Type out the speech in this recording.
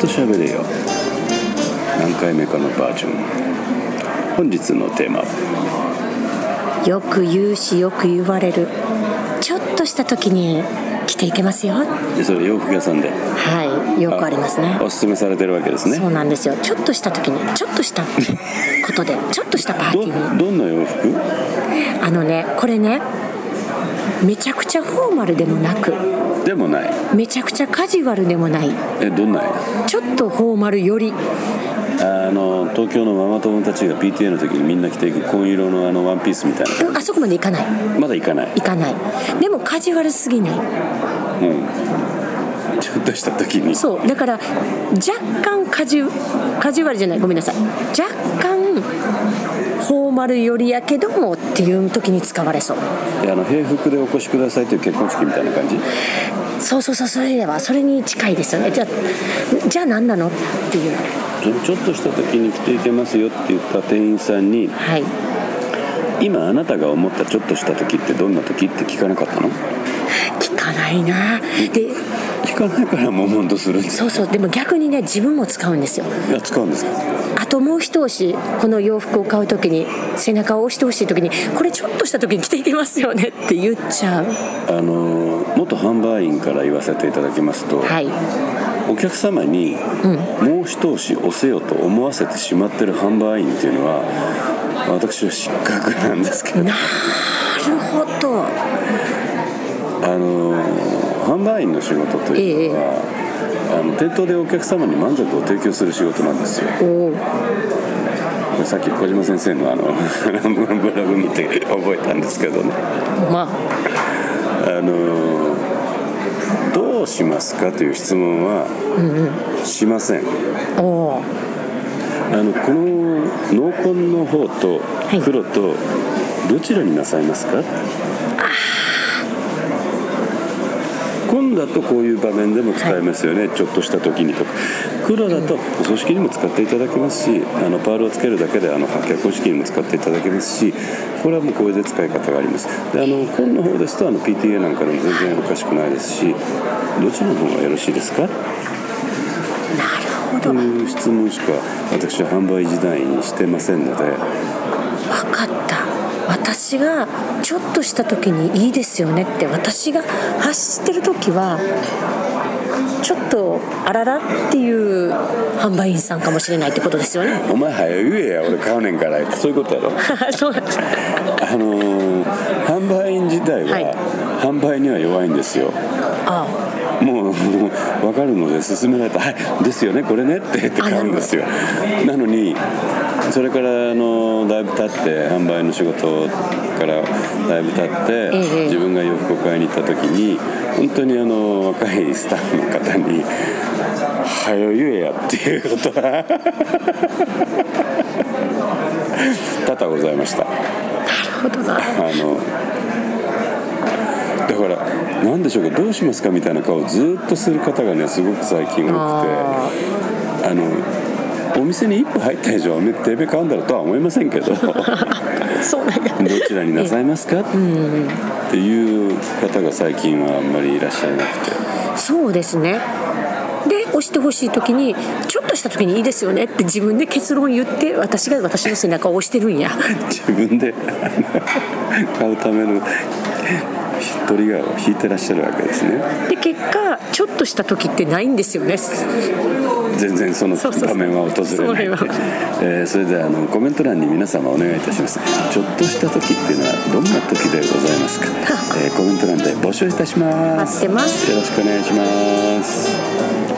と喋れよ何回目かのバージョン本日のテーマよく言うしよく言われるちょっとした時に着ていけますよでそれ洋服屋さんではいよくありますねおすすめされてるわけですねそうなんですよちょっとした時にちょっとしたこと でちょっとしたパーテどィーにどんな洋服あのねこれねめちゃくちゃフォーマルでもなくでもないめちゃくちゃカジュアルでもないえどんなちょっとフォーマルよりあの東京のママ友たちが PTA の時にみんな着ていく紺色のあのワンピースみたいうんあそこまでいかないなまだ行かないいかないでもカジュアルすぎないちょっとした時にそうだから若干カジュカジュアルじゃないごめんなさい若干フォーマルよりやけどもっていう時に使われそうであの平服でお越しくださいという結婚式みたいな感じそうそうそうそれではそれに近いですよねじゃあじゃあ何なのっていうちょっとした時に着ていけますよって言った店員さんにはい今あなたが思ったちょっとした時ってどんな時って聞かなかったの聞かないなで聞かないからもんもんとするんですそうそうでも逆にね自分も使うんですよいや使うんですかあともう一押しこの洋服を買う時に背中を押してほしい時にこれちょっとした時に着ていけますよねって言っちゃうあのー元販売員から言わせていただきますと、はいお客様にもう一押し押せよと思わせてしまってる販売員っていうのは私は失格なんですけどなるほどあのー販売員の仕事というのは、あの店頭でお客様に満足を提供する仕事なんですよおーこれさっき小島先生のあ のブログ見て覚えたんですけどねまあのーどうしますかという質問はしません、あおーあのこの濃紺の方とい黒とどちらになさいますか、紺だとこういう場面でも使えますよね、ちょっとした時にとか黒だとお葬式にも使っていただけますしあのパールをつけるだけであの結婚式にも使っていただけますしこれはもうこれで使い方がありますであの紺の方ですとあの PTA なんかでも全然おかしくないですしどちらの方がよろしいですかなるほとど分いう質問しか私は販売時代にしてませんので。かった私がちょっとした時にいいですよねって私が発してる時はちょっとあららっていう販売員さんかもしれないってことですよね お前早言えや俺買うねんからってそういうことやろそうなんですあのー販売員自体はいは販売には弱いんですよあもうもう分かるので勧められた「 はいですよねこれね」って言って買うんですよなのにそれからあのだいぶ経って販売の仕事からだいぶ経って、ええ自分が洋服を買いに行った時に本当にあの若いスタッフの方に「早よ言えや」っていうことは多々ございました。なるほどなあのだから何でしょうかどうしますかみたいな顔をずっとする方がねすごく最近多くてああのお店に一歩入った以上めてべ買うんだろうとは思いませんけどどーそうなんやちらになさいますかっていう方が最近はあんまりいらっしゃらなくてそうですねで押してほしい時にちょっとした時にいいですよねって自分で結論言って私が私の背中を押してるんや自分であの買うためのトリガーを引いてらっしゃるわけですねで結果ちょっとした時ってないんですよね全然そのそうそうそう場面は訪れないそれはえーそれではあのコメント欄に皆様お願いいたしますちょっとした時っていうのはどんな時でございます か、えーコメント欄で募集いたします待ってますよろしくお願いします